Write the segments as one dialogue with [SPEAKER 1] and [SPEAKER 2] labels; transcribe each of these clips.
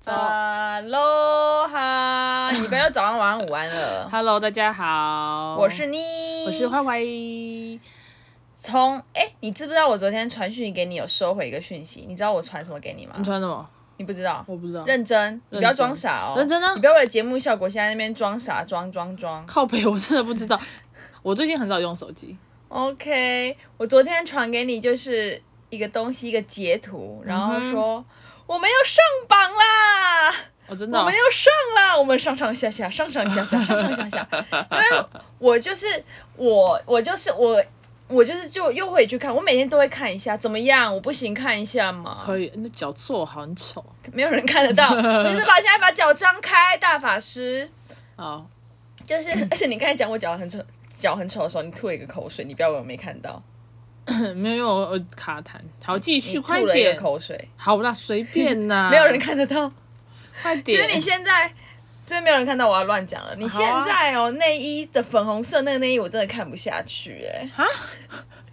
[SPEAKER 1] 走
[SPEAKER 2] 哈喽哈，你不要早安、晚安、午安了。
[SPEAKER 1] Hello，大家好，
[SPEAKER 2] 我是你，
[SPEAKER 1] 我是坏坏，
[SPEAKER 2] 从哎、你知不知道我昨天传讯息给你有收回一个讯息？你知道我传什么给你吗？
[SPEAKER 1] 你穿什么？
[SPEAKER 2] 你不知道？
[SPEAKER 1] 我不知道，
[SPEAKER 2] 认真，你不要装傻哦。
[SPEAKER 1] 认真啊
[SPEAKER 2] 你不要为了节目效果现在那边装傻装装装。
[SPEAKER 1] 靠背我真的不知道，我最近很少用手机，
[SPEAKER 2] OK，我昨天传给你就是一个东西一个截图，然后说、我们要上榜啦。
[SPEAKER 1] 我真的
[SPEAKER 2] 我
[SPEAKER 1] 哦
[SPEAKER 2] 们又上啦！我们上上下下，上上下下，上上下 下。因为我就是我，我就是我，我就是就又会去看，我每天都会看一下，怎么样？我不行，看一下嘛，
[SPEAKER 1] 可以，那脚做好很丑，
[SPEAKER 2] 没有人看得 到。我就是把现在把脚张开，大法师。
[SPEAKER 1] 好，
[SPEAKER 2] 就是，而且你刚才讲我脚很丑，脚很丑的时候，你吐了一个口水，你不要以为我没看到，
[SPEAKER 1] 没有因为我我卡痰，好继
[SPEAKER 2] 你
[SPEAKER 1] 续快
[SPEAKER 2] 吐了一个
[SPEAKER 1] 点，啊
[SPEAKER 2] 口水，
[SPEAKER 1] 好啦，随便 啦，
[SPEAKER 2] 没有人看得到。
[SPEAKER 1] 快
[SPEAKER 2] 其
[SPEAKER 1] 点，
[SPEAKER 2] 实你现在。就是没有人看到我要乱讲了。你现
[SPEAKER 1] 好啊
[SPEAKER 2] 在哦，内衣的粉红色那个内衣我真的看不下去哎、
[SPEAKER 1] 啊，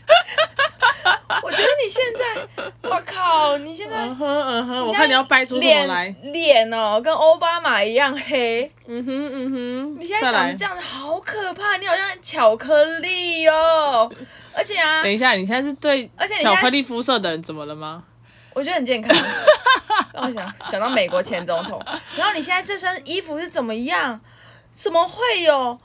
[SPEAKER 2] 我觉得你现在，我靠，你现在
[SPEAKER 1] 嗯哼嗯哼，
[SPEAKER 2] 你
[SPEAKER 1] 我
[SPEAKER 2] 现在
[SPEAKER 1] 看你要掰出什么来，
[SPEAKER 2] 脸脸哦，跟奥巴马一样黑。
[SPEAKER 1] 嗯哼嗯哼，
[SPEAKER 2] 你现在长
[SPEAKER 1] 再
[SPEAKER 2] 得
[SPEAKER 1] 来
[SPEAKER 2] 这。样子好可怕，你好像巧克力哦。而且啊
[SPEAKER 1] 等，一下，你现在是对
[SPEAKER 2] 而且你现在
[SPEAKER 1] 巧克力肤色的人怎么了吗？
[SPEAKER 2] 我觉得很健 康。让我想想到美国前总统，然后你现在这身衣服是怎么样？怎么会有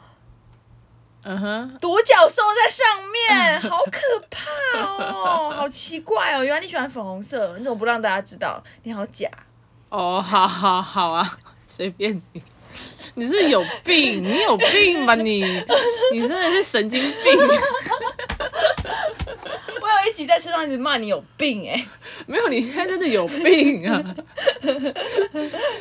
[SPEAKER 1] 嗯哼，
[SPEAKER 2] 独角兽在上面？好可怕哦，好奇怪哦。原来你喜欢粉红色，你怎么不让大家知道？你好假。
[SPEAKER 1] 哦，好好好啊， 随便你。你是不是有病，你有病吧你？你真的是神经病。
[SPEAKER 2] 我有一集在车上一直骂你有病哎、
[SPEAKER 1] 没有，你现在真的有病啊！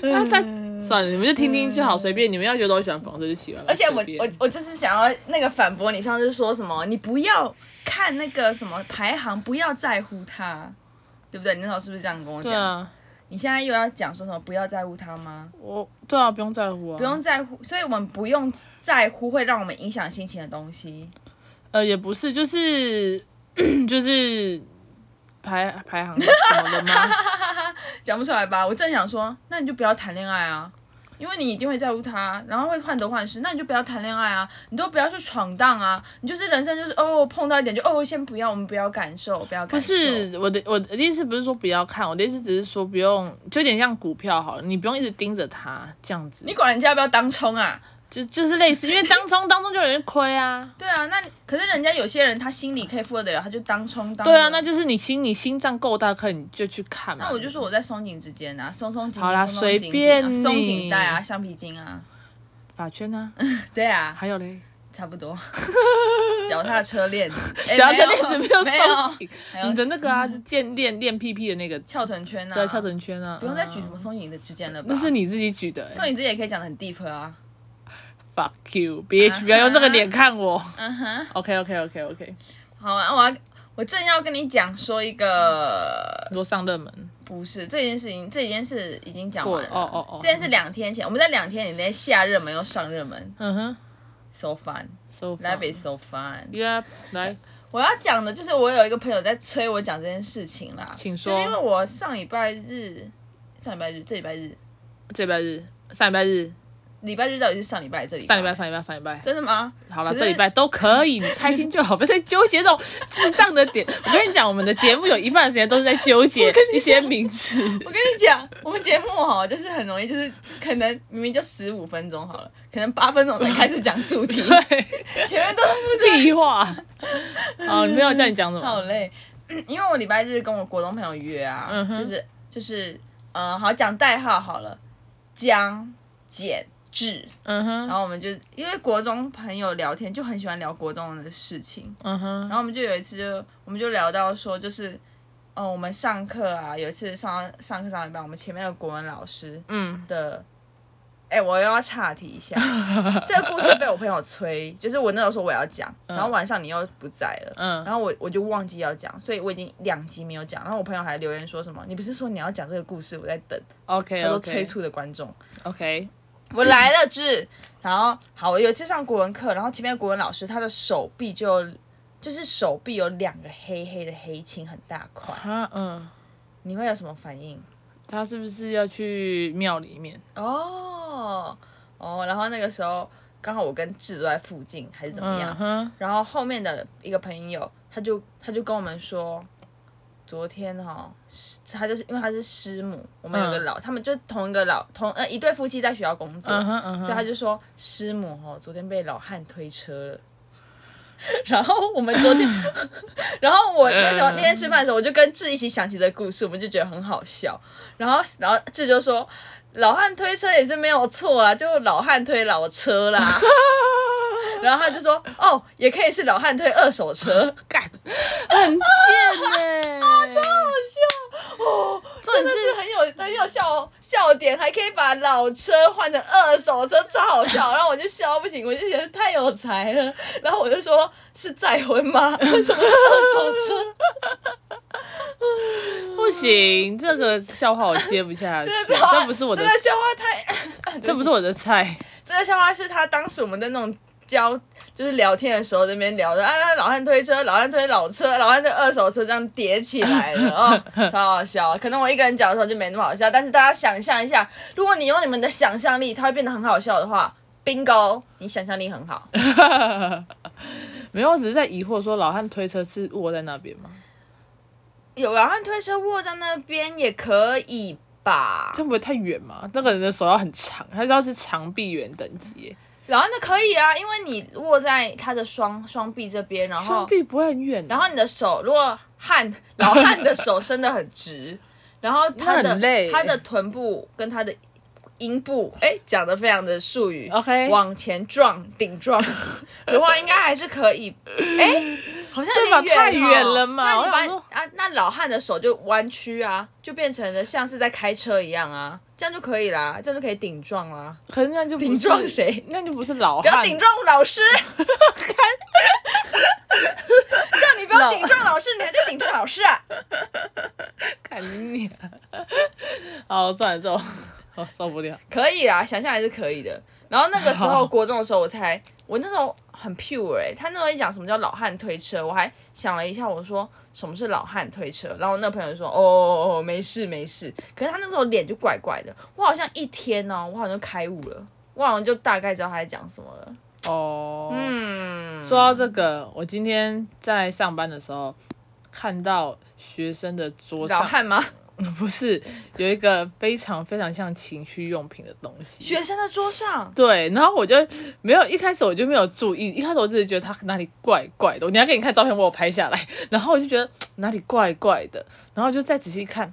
[SPEAKER 1] 那他算了，你们就听听就好，随便你们要觉得我喜欢粉红色就喜欢。
[SPEAKER 2] 嗯而且我
[SPEAKER 1] 随便
[SPEAKER 2] 我我就是想要那个反驳你上次说什么，你不要看那个什么排行，不要在乎它，对不对？你那时候是不是这样跟我讲？
[SPEAKER 1] 对啊，
[SPEAKER 2] 你现在又要讲说什么不要在乎它吗？
[SPEAKER 1] 我对啊，不用在乎啊，
[SPEAKER 2] 不用在乎，所以我们不用在乎会让我们影响心情的东西。
[SPEAKER 1] 呃，也不是，就是 就是排排行什么的吗？
[SPEAKER 2] 讲不出来吧？我正想说，那你就不要谈恋爱啊，因为你一定会在乎他，然后会患得患失。那你就不要谈恋爱啊，你都不要去闯荡啊，你就是人生就是哦碰到一点就哦先不要，我们不要感受，不要
[SPEAKER 1] 不
[SPEAKER 2] 感受。
[SPEAKER 1] 是我的，我的意思不是说不要看，我的意思只是说不用，就有点像股票好了，你不用一直盯着它这样子
[SPEAKER 2] 你，管人家要不要当冲啊？
[SPEAKER 1] 就就是类似，因为当中当中就有人亏啊，
[SPEAKER 2] 对啊，那可是人家有些人他心里可以负荷得了，他就当冲当。
[SPEAKER 1] 对啊，那就是你心你心脏够大颗，你就去看嘛。嗯
[SPEAKER 2] 那我就说我在松紧之间啊，松松紧紧，
[SPEAKER 1] 好啦
[SPEAKER 2] 松松紧
[SPEAKER 1] 随
[SPEAKER 2] 紧
[SPEAKER 1] 便
[SPEAKER 2] 啊
[SPEAKER 1] 你
[SPEAKER 2] 松紧带啊，橡皮筋啊，
[SPEAKER 1] 法圈 啊，
[SPEAKER 2] 对啊，
[SPEAKER 1] 还有嘞，
[SPEAKER 2] 差不 多。脚踏车链子，哎
[SPEAKER 1] 脚踏车链子没有
[SPEAKER 2] 没有
[SPEAKER 1] 松紧，
[SPEAKER 2] 还有
[SPEAKER 1] 你的那个啊，练练练屁屁的那个，
[SPEAKER 2] 翘臀圈啊，
[SPEAKER 1] 对，翘臀圈啊，
[SPEAKER 2] 不用再举
[SPEAKER 1] 嗯
[SPEAKER 2] 什么松紧的之间了吧？
[SPEAKER 1] 那是你自己举的欸
[SPEAKER 2] 松紧之间也可以讲的很 deep 啊。
[SPEAKER 1] ，fuck you bitch，不要用这个脸看我。OK OK OK OK，
[SPEAKER 2] 好啊，我要我正要跟你讲说一个
[SPEAKER 1] 你说上热门，
[SPEAKER 2] 不是这件事情，这件事已经讲完了。
[SPEAKER 1] 过了哦哦哦
[SPEAKER 2] 这件事两天前，我们在两天以内下热门又上热门
[SPEAKER 1] 嗯哼
[SPEAKER 2] ，so fun。
[SPEAKER 1] ，so
[SPEAKER 2] Life is so fun。
[SPEAKER 1] yeah，来。
[SPEAKER 2] 我要讲的就是我有一个朋友在催我讲这件事情啦，
[SPEAKER 1] 请说
[SPEAKER 2] 就是因为我上礼拜日，上礼拜日，这礼拜日，
[SPEAKER 1] 这礼拜日、上礼拜日、
[SPEAKER 2] 礼拜日到底是上礼拜还是这礼拜？
[SPEAKER 1] 上礼拜、上礼拜、上礼拜，
[SPEAKER 2] 真的吗？
[SPEAKER 1] 好了，
[SPEAKER 2] 可是
[SPEAKER 1] 这礼拜都可以，你开心就好，不要再纠 结这种智障的点。我跟你讲，我们的节目有一半的时间都是在纠 结一些名词。
[SPEAKER 2] 我跟你讲，我们节目哈、就是很容易，就是可能明明就十五分钟好了，可能八分钟才开始讲主 题，前面都不知
[SPEAKER 1] 屁话。哦，你朋友叫你讲什
[SPEAKER 2] 道好
[SPEAKER 1] 么？
[SPEAKER 2] 累。 嗯因为我礼拜日跟我国中朋友约啊，
[SPEAKER 1] 嗯哼
[SPEAKER 2] 就是就是，呃，好讲代号好了，江简志。
[SPEAKER 1] 嗯哼，
[SPEAKER 2] 然后我们就因为国中朋友聊天就很喜欢聊国中的事情，
[SPEAKER 1] 嗯哼，
[SPEAKER 2] 然后我们就有一次就我们就聊到说就是，嗯，我们上课啊，有一次上上课上一半，我们前面的国文老师
[SPEAKER 1] 嗯，
[SPEAKER 2] 的，哎、我又要岔题一下，这个故事被我朋友催，就是我那时候说我要讲，然后晚上你又不在了，
[SPEAKER 1] 嗯
[SPEAKER 2] 然后我我就忘记要讲，所以我已经两集没有讲，然后我朋友还留言说什么，你不是说你要讲这个故事，我在等，
[SPEAKER 1] ，OK
[SPEAKER 2] 他说
[SPEAKER 1] OK
[SPEAKER 2] 催促的观众。
[SPEAKER 1] OK，
[SPEAKER 2] 我来了，志。然后好，我有一次上国文课，然后前面的国文老师他的手臂就有就是手臂有两个黑黑的黑青，很大块。
[SPEAKER 1] 啊嗯，
[SPEAKER 2] 你会有什么反应？
[SPEAKER 1] 他是不是要去庙里面？
[SPEAKER 2] 哦哦，然后那个时候刚好我跟志都在附近还是怎么样，
[SPEAKER 1] 嗯哼，
[SPEAKER 2] 然后后面的一个朋友他就他就跟我们说。昨天哈、哦，是他就是因为他是师母，我们有个
[SPEAKER 1] 嗯
[SPEAKER 2] 老，他们就同一个老同呃一对夫妻在学校工作，
[SPEAKER 1] 嗯哼，嗯哼，
[SPEAKER 2] 所以他就说师母哦，昨天被老汉推车了。 然后我们昨 天，然后我那时候那天吃饭的时候，我就跟志一起想起这个故事，我们就觉得很好笑。然后，然后志就说，老汉推车也是没有错啊，就老汉推老车 啦。然后他就说，哦，也可以是老汉推二手车。
[SPEAKER 1] 干，很 贱呢、欸
[SPEAKER 2] 啊
[SPEAKER 1] 超好笑
[SPEAKER 2] 真
[SPEAKER 1] 真
[SPEAKER 2] 的
[SPEAKER 1] 的
[SPEAKER 2] 是很有很有笑笑点，还可以把老车换成二手车，超好 笑。然后我就笑到不行，我就觉得太有才了。然后我就说是再婚吗？ 为什么是二手车？
[SPEAKER 1] 不行，这个笑话我接不下 去，
[SPEAKER 2] 这个笑话，
[SPEAKER 1] 这不是我的
[SPEAKER 2] 这，个啊笑话太，
[SPEAKER 1] 这不是我的菜。
[SPEAKER 2] 这个笑话是他当时我们在那种交就是聊天的时候在那边聊的啊，啊老汉推车，老汉推老车，老汉推二手车，这样叠起来了， 哦，超好笑。可能我一个人讲的时候就没那么好笑，但是大家想象一下，如果你用你们的想象力，它会变得很好笑的话，bingo，你想象力很好。
[SPEAKER 1] 没有，我只是在疑惑说老汉推车是卧在那边吗？
[SPEAKER 2] 有老汉推车卧在那边也可以吧
[SPEAKER 1] 这？样不会太远吗？那个人的手要很长，他要是长臂猿等级耶，
[SPEAKER 2] 老汉的可以啊，因为你握在他的双双臂这边，然
[SPEAKER 1] 双
[SPEAKER 2] 后
[SPEAKER 1] 臂不会很远、啊
[SPEAKER 2] 然后你的手如果汉老汉的手伸得很直， 然后他
[SPEAKER 1] 那
[SPEAKER 2] 的
[SPEAKER 1] 很累
[SPEAKER 2] 他的臀部跟他的阴部，哎，讲的非常的术语
[SPEAKER 1] OK
[SPEAKER 2] 往前撞顶 撞的话，应该还是可以。哎，好像有
[SPEAKER 1] 对吧
[SPEAKER 2] 点远、哦，
[SPEAKER 1] 太远了嘛
[SPEAKER 2] 那
[SPEAKER 1] 我
[SPEAKER 2] 你
[SPEAKER 1] 想
[SPEAKER 2] 把
[SPEAKER 1] 说
[SPEAKER 2] 啊，那老汉的手就弯曲啊，就变成了像是在开车一样啊，这样就可以啦，这样就可以顶撞啦。
[SPEAKER 1] 可是那就不是
[SPEAKER 2] 顶撞谁？
[SPEAKER 1] 那就不是老
[SPEAKER 2] 不要
[SPEAKER 1] 汉，
[SPEAKER 2] 顶撞老 师，叫你不要顶撞老师，你还在顶撞老师啊？
[SPEAKER 1] 看你、啊。好，算了，这 我我受不了。
[SPEAKER 2] 可以啦，想象还是可以的。然后那个时候
[SPEAKER 1] 好
[SPEAKER 2] 国中的时候，我才我那时候很 pure 哎、他那时候一讲什么叫老汉推车，我还想了一下，我说什么是老汉推车，然后我那朋友就说哦哦哦哦，没事没事。可是他那时候脸就怪怪的，我好像一天哦、我好像就开悟了，我好像就大概知道他在讲什么了。
[SPEAKER 1] 哦，
[SPEAKER 2] 嗯，
[SPEAKER 1] 说到这个，我今天在上班的时候看到学生的桌
[SPEAKER 2] 老
[SPEAKER 1] 上，
[SPEAKER 2] 汉吗？
[SPEAKER 1] 不是有一个非常非常像情趣用品的东西。
[SPEAKER 2] 学生的桌上，
[SPEAKER 1] 对，然后我就没有一开始我就没有注意，一开始我只是觉得它哪里怪怪的。我等一下给你看照片，我有拍下来，然后我就觉得哪里怪怪的，然后就再仔细看，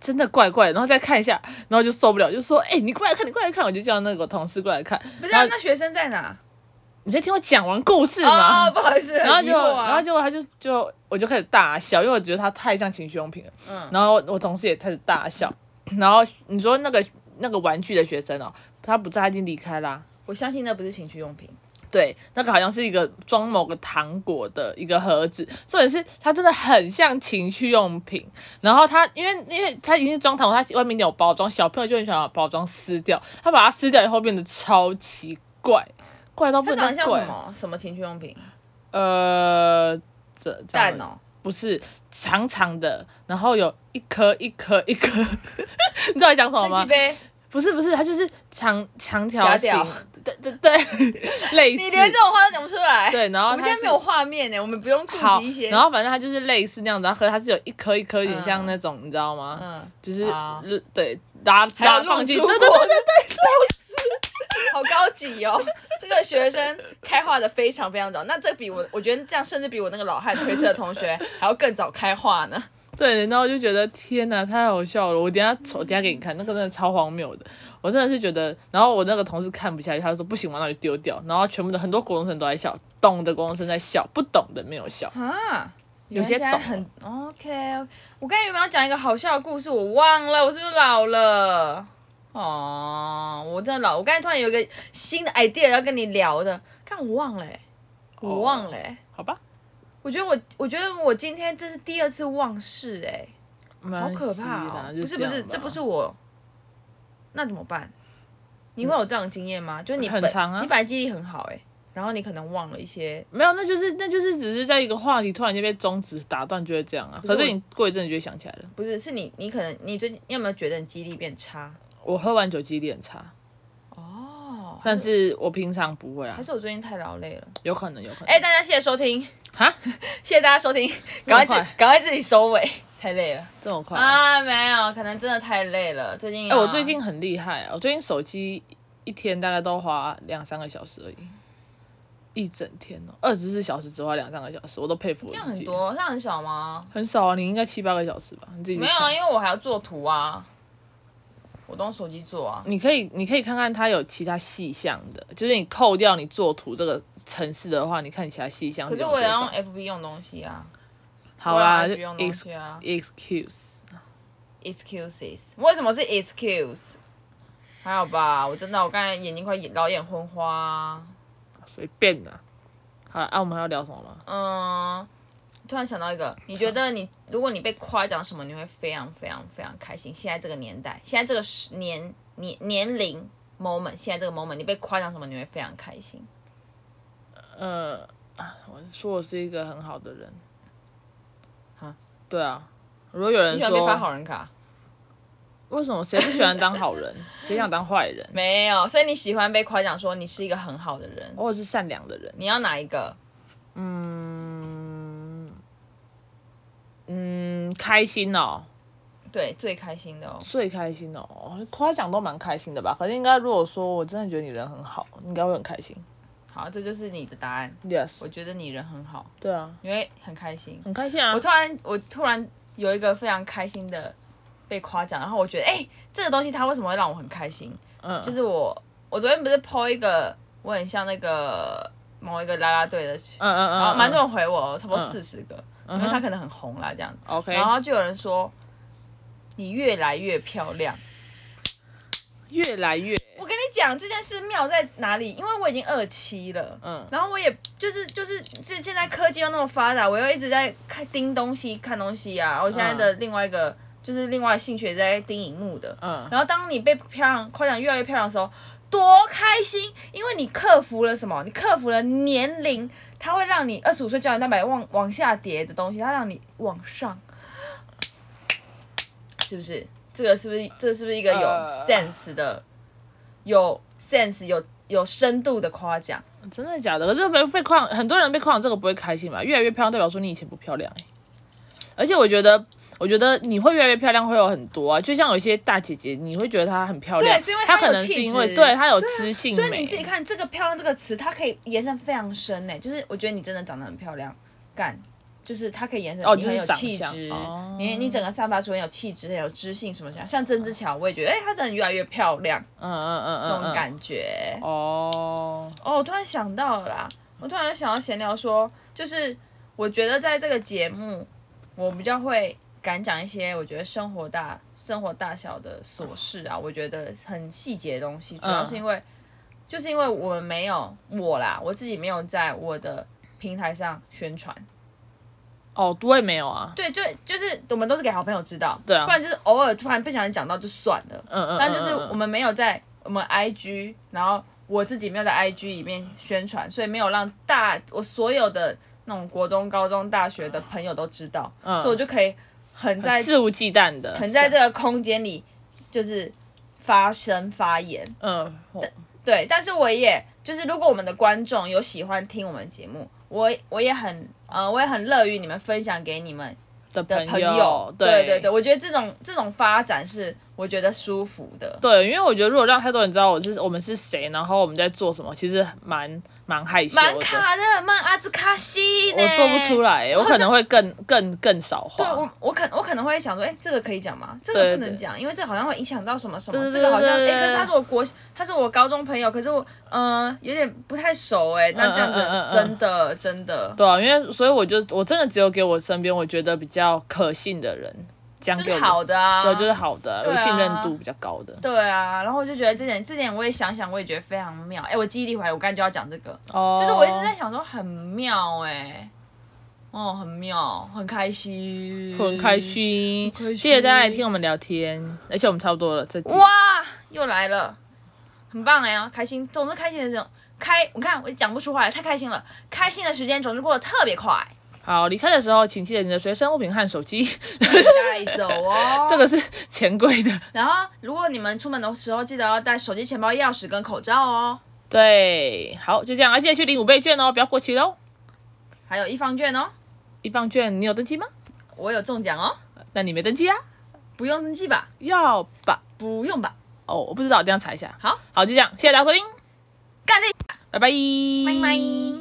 [SPEAKER 1] 真的怪怪的，然后再看一下，然后就受不了，就说：“哎、你过来看，你过来看！”我就叫那个我同事过来看。
[SPEAKER 2] 不是、
[SPEAKER 1] 然
[SPEAKER 2] 啊、
[SPEAKER 1] 后
[SPEAKER 2] 那学生在哪？
[SPEAKER 1] 你先听我讲完故事嘛。
[SPEAKER 2] 哦， 不好意思，
[SPEAKER 1] 然后
[SPEAKER 2] 很疑
[SPEAKER 1] 就，
[SPEAKER 2] 惑
[SPEAKER 1] 然后
[SPEAKER 2] 啊，
[SPEAKER 1] 结果他就就我就开始大笑，因为我觉得他太像情趣用品了。
[SPEAKER 2] 嗯
[SPEAKER 1] 然后我同事也开始大笑。然后你说那个那个玩具的学生哦，他不在，他已经离开啦、
[SPEAKER 2] 我相信那不是情趣用品，
[SPEAKER 1] 对，那个好像是一个装某个糖果的一个盒子，重点是它真的很像情趣用品。然后它因为因为它已经是装糖果，它外面有包装，小朋友就很喜欢把包装撕掉，他把它撕掉以后变得超奇怪，怪到不
[SPEAKER 2] 它
[SPEAKER 1] 能
[SPEAKER 2] 长得
[SPEAKER 1] 再
[SPEAKER 2] 像
[SPEAKER 1] 怪
[SPEAKER 2] 什。么什么情趣用品？
[SPEAKER 1] 呃，这
[SPEAKER 2] 蛋
[SPEAKER 1] 这样
[SPEAKER 2] 哦，
[SPEAKER 1] 不是长长的，然后有一颗一颗一颗， 你知道我在讲什么
[SPEAKER 2] 飞
[SPEAKER 1] 吗
[SPEAKER 2] 机？杯，
[SPEAKER 1] 不是不是，它就是长长条
[SPEAKER 2] 夹
[SPEAKER 1] 形
[SPEAKER 2] 掉，
[SPEAKER 1] 对对 对，类似。
[SPEAKER 2] 你连这种话都讲不出来。
[SPEAKER 1] 对，然后
[SPEAKER 2] 我们
[SPEAKER 1] 它
[SPEAKER 2] 现在
[SPEAKER 1] 是
[SPEAKER 2] 没有画面呢，我们不用顾
[SPEAKER 1] 好
[SPEAKER 2] 及一，些。
[SPEAKER 1] 然后反正它就是类似那样子，然后可是它是有一颗一颗，有点像
[SPEAKER 2] 嗯
[SPEAKER 1] 那种，你知道吗？
[SPEAKER 2] 嗯，
[SPEAKER 1] 就是、
[SPEAKER 2] 啊
[SPEAKER 1] 对拉
[SPEAKER 2] 还有
[SPEAKER 1] 拉
[SPEAKER 2] 那种
[SPEAKER 1] 放进，
[SPEAKER 2] 出
[SPEAKER 1] 对
[SPEAKER 2] 国
[SPEAKER 1] 对
[SPEAKER 2] 的，
[SPEAKER 1] 对对，
[SPEAKER 2] 好高级哦！这个学生开化的非常非常早，那这比我，我觉得这样甚至比我那个老汉推车的同学还要更早开化呢。
[SPEAKER 1] 对，然后我就觉得天哪，太好笑了！我等一下我等一下给你看，那个真的超荒谬的，我真的是觉得。然后我那个同事看不下去，他就说不行，我那就丢掉。然后全部的很多国中生都在笑，懂的国中生在笑，不懂的没有笑。
[SPEAKER 2] 啊，
[SPEAKER 1] 有些
[SPEAKER 2] 原来
[SPEAKER 1] 懂
[SPEAKER 2] 现在很 OK。我刚才有没有讲一个好笑的故事？我忘了，我是不是老了？哦，我真的老了。我刚才突然有一个新的 idea 要跟你聊的，看我忘了欸、我忘了欸、
[SPEAKER 1] 好吧，
[SPEAKER 2] 我觉得我，我觉得我今天这是第二次忘事、欸，好
[SPEAKER 1] 好
[SPEAKER 2] 可怕、哦！不是不是，这不是
[SPEAKER 1] 我
[SPEAKER 2] 我，那怎么办？你会有这样的经验吗？就是你
[SPEAKER 1] 很
[SPEAKER 2] 本
[SPEAKER 1] 长啊
[SPEAKER 2] 你本来记忆力很好、欸，然后你可能忘了一些，
[SPEAKER 1] 没有，那就是那就是只是在一个话题突然间被终止打断，就会这样啊。
[SPEAKER 2] 是
[SPEAKER 1] 可是
[SPEAKER 2] 我
[SPEAKER 1] 你过一阵子就会想起来了。
[SPEAKER 2] 不是是你你可能你最近你有没有觉得你记忆力变差？
[SPEAKER 1] 我喝完酒记忆力很差，
[SPEAKER 2] 哦，
[SPEAKER 1] 但是我平常不会啊
[SPEAKER 2] 还，是我最近太劳累了。
[SPEAKER 1] 有可能有可能。
[SPEAKER 2] 哎、大家谢谢收听，
[SPEAKER 1] 哈，
[SPEAKER 2] 谢谢大家收听，赶快
[SPEAKER 1] 那么
[SPEAKER 2] 自赶快自己收尾，太累了
[SPEAKER 1] 这么快？哎、
[SPEAKER 2] 啊！没有，可能真的太累了，最近、
[SPEAKER 1] 我最近很厉害啊，我最近手机一天大概都花两三个小时而已，一整天哦，二十四小时只花两三个小时，我都佩服我
[SPEAKER 2] 这
[SPEAKER 1] 自己。
[SPEAKER 2] 样很多，这样很少吗？
[SPEAKER 1] 很少啊，你应该七八个小时吧？你自己去
[SPEAKER 2] 没有啊，
[SPEAKER 1] 看
[SPEAKER 2] 因为我还要做图啊，我都用手机做啊。
[SPEAKER 1] 你可以，你可以看看它有其他细项的，就是你扣掉你做图这个城市的话，你看其他细项。
[SPEAKER 2] 可是我也要用 FB 用东西啊，
[SPEAKER 1] 好
[SPEAKER 2] 我
[SPEAKER 1] 啦，
[SPEAKER 2] 也
[SPEAKER 1] 就
[SPEAKER 2] 要 FB 用东
[SPEAKER 1] ex
[SPEAKER 2] 西啊。
[SPEAKER 1] excuse，
[SPEAKER 2] Excuses，为什么是 excuse？还好吧，我真的我刚才眼睛快眼老眼昏花啊、
[SPEAKER 1] 随便啦。好啦，啊，我们还要聊什么吗？
[SPEAKER 2] 嗯，突然想到一个，你觉得你如果你被夸奖什么，你会非常非常非常开心？现在这个年代，现在这个时年年年龄 moment，现在这个 moment，你被夸奖什么，你会非常开心？
[SPEAKER 1] 呃，啊我说我是一个很好的人。
[SPEAKER 2] 哈，
[SPEAKER 1] 对啊。如果有人
[SPEAKER 2] 你喜欢被发
[SPEAKER 1] 说，
[SPEAKER 2] 好人卡？
[SPEAKER 1] 为什么谁不喜欢当 好人，谁想当坏人？
[SPEAKER 2] 没有，所以你喜欢被夸奖说你是一个很好的人。
[SPEAKER 1] 我是善良的人。
[SPEAKER 2] 你要哪一个？
[SPEAKER 1] 嗯嗯，开心哦。
[SPEAKER 2] 对，最开心的哦。
[SPEAKER 1] 最开心的哦，夸奖都蛮开心的吧？可是应该如果说我真的觉得你人很好，应该会很开心。
[SPEAKER 2] 好，这就是你的答案。我
[SPEAKER 1] Yes，
[SPEAKER 2] 觉得你人很好，
[SPEAKER 1] 对啊，
[SPEAKER 2] 你会很开心。
[SPEAKER 1] 很开心啊
[SPEAKER 2] 我。突然，我突然有一个非常开心的被夸奖，然后我觉得，哎、这个东西它为什么会让我很开心？
[SPEAKER 1] 嗯，
[SPEAKER 2] 就是我，我昨天不是 PO 一个，我很像那个某一个啦啦队的，
[SPEAKER 1] 嗯嗯
[SPEAKER 2] 然后
[SPEAKER 1] 嗯，
[SPEAKER 2] 蛮多人回我，差不多
[SPEAKER 1] 嗯
[SPEAKER 2] 四十个，因为他可能很红啦，这样。
[SPEAKER 1] OK，
[SPEAKER 2] 然后就有人说，你越来越漂亮。
[SPEAKER 1] 越来越
[SPEAKER 2] 我跟你讲这件事妙在哪里，因为我已经二七了，
[SPEAKER 1] 嗯
[SPEAKER 2] 然后我也就是就是这现在科技又那么发达，我又一直在看盯东西看东西啊，我现在的另外一个、就是另外兴趣也在盯荧幕的，
[SPEAKER 1] 嗯
[SPEAKER 2] 然后当你被漂亮夸奖越来越漂亮的时候，多开心！因为你克服了什么？你克服了年龄，它会让你二十五岁胶原蛋白往往下跌的东西，它让你往上，是不是？这个是不是这是不是一个有
[SPEAKER 1] 呃
[SPEAKER 2] sense 的、有 sense 有有深度的夸奖？
[SPEAKER 1] 真的假的？可是被被夸奖，很多人被夸奖这个不会开心吧？越来越漂亮代表说你以前不漂亮、欸、而且我觉得。我觉得你会越来越漂亮，会有很多啊，就像有一些大姐姐，你会觉得她很漂亮，
[SPEAKER 2] 对是因为
[SPEAKER 1] 她
[SPEAKER 2] 她有
[SPEAKER 1] 可能是
[SPEAKER 2] 气
[SPEAKER 1] 因为
[SPEAKER 2] 质啊
[SPEAKER 1] 对她有知性
[SPEAKER 2] 所以
[SPEAKER 1] 美
[SPEAKER 2] 你自己看这个“漂亮”这个词，它可以延伸非常深呢、欸就是我觉得你真的长得很漂亮，干，就是它可以延伸，
[SPEAKER 1] 哦
[SPEAKER 2] 你
[SPEAKER 1] 就是
[SPEAKER 2] 很有
[SPEAKER 1] 长
[SPEAKER 2] 气
[SPEAKER 1] 相
[SPEAKER 2] 质，
[SPEAKER 1] 哦
[SPEAKER 2] 你你整个散发出很有气质、很有知性什么像，像郑智乔，我也觉得，哎、她真的越来越漂亮，
[SPEAKER 1] 嗯嗯嗯
[SPEAKER 2] 这
[SPEAKER 1] 嗯
[SPEAKER 2] 种
[SPEAKER 1] 嗯，
[SPEAKER 2] 感觉。
[SPEAKER 1] 哦，
[SPEAKER 2] 哦，我突然想到了啦，我突然想要闲聊说，就是我觉得在这个节目，我比较会敢讲一些我觉得生活大生活大小的琐事啊，我觉得很细节的东西，主要是
[SPEAKER 1] 嗯
[SPEAKER 2] 因为、就是因为我们没有我啦，我自己没有在我的平台上宣传，
[SPEAKER 1] 哦，我也没有啊，
[SPEAKER 2] 对，就就是我们都是给好朋友知道，
[SPEAKER 1] 对啊
[SPEAKER 2] 不然就是偶尔突然不小心讲到就算了，
[SPEAKER 1] 嗯嗯，嗯
[SPEAKER 2] 但就是
[SPEAKER 1] 嗯嗯
[SPEAKER 2] 我们没有在我们 IG，然后我自己没有在 IG 里面宣传，所以没有让大我所有的那种国中、高中、大学的朋友都知道，所以我就可以很在
[SPEAKER 1] 肆无忌惮的，
[SPEAKER 2] 很在这个空间里就是发声发言。
[SPEAKER 1] 嗯，我
[SPEAKER 2] 对，但是我也就是，如果我们的观众有喜欢听我们节目，我我也很呃，我也很乐于你们分享给你们
[SPEAKER 1] 的
[SPEAKER 2] 的
[SPEAKER 1] 朋
[SPEAKER 2] 朋友。对
[SPEAKER 1] 对
[SPEAKER 2] 对，我觉得这种这种发展是我觉得舒服的。
[SPEAKER 1] 对，因为我觉得如果让太多人知道我是我们是谁，然后我们在做什么，其实蛮蛮害羞的，
[SPEAKER 2] 蛮卡的，蛮阿兹卡西呢
[SPEAKER 1] 我做不出。来、我可能会更更更少话。
[SPEAKER 2] 对我，我可我可能会想说，哎、这个可以讲吗？这
[SPEAKER 1] 对
[SPEAKER 2] 个不能讲，因为这好像会影响到什么什么。
[SPEAKER 1] 对对
[SPEAKER 2] 这个好像，哎、
[SPEAKER 1] 对对对
[SPEAKER 2] 可是他是我国，他是我高中朋友，可是我，嗯、有点不太熟、哎，那这样子、
[SPEAKER 1] 嗯嗯嗯嗯
[SPEAKER 2] 真的真的，
[SPEAKER 1] 对啊，因为所以我就我真的只有给我身边我觉得比较可信的人讲
[SPEAKER 2] 就
[SPEAKER 1] 给
[SPEAKER 2] 是
[SPEAKER 1] 我，
[SPEAKER 2] 好的啊，
[SPEAKER 1] 对，就是好的，
[SPEAKER 2] 对啊
[SPEAKER 1] 有信任度比较高的。
[SPEAKER 2] 对啊。然后我就觉得这点这点我也想想，我也觉得非常妙。哎、我记忆力回来，我刚才就要讲这个，
[SPEAKER 1] 哦，
[SPEAKER 2] 就是我一直在想说，很妙哎、哦，很妙，很开心，
[SPEAKER 1] 哦很开。心，
[SPEAKER 2] 嗯开心
[SPEAKER 1] 谢谢大家来听我们聊天，而且我们差不多了，这集
[SPEAKER 2] 哇，又来了，很棒哎、呀，开心，总之开心的这种开，我看我讲不出话来，太开心了，开心的时间总是过得特别快，
[SPEAKER 1] 好，离开的时候请记得你的随身物品和手机，
[SPEAKER 2] 带走哦。
[SPEAKER 1] 这个是钱柜的。
[SPEAKER 2] 然后如果你们出门的时候，记得要带手机、钱包、钥匙跟口罩哦，
[SPEAKER 1] 对，好，就这样，啊，记得去领五倍券哦，不要过期喽。
[SPEAKER 2] 还有一方券哦，
[SPEAKER 1] 一放券你有登记吗？
[SPEAKER 2] 我有中奖哦，
[SPEAKER 1] 那你没登记啊？
[SPEAKER 2] 不用登记吧？
[SPEAKER 1] 要吧？
[SPEAKER 2] 不用吧？
[SPEAKER 1] 哦，我不知道，这样查一下。
[SPEAKER 2] 好，
[SPEAKER 1] 好，就这样，谢谢大家收听，
[SPEAKER 2] 干这，
[SPEAKER 1] 拜拜，
[SPEAKER 2] 拜拜。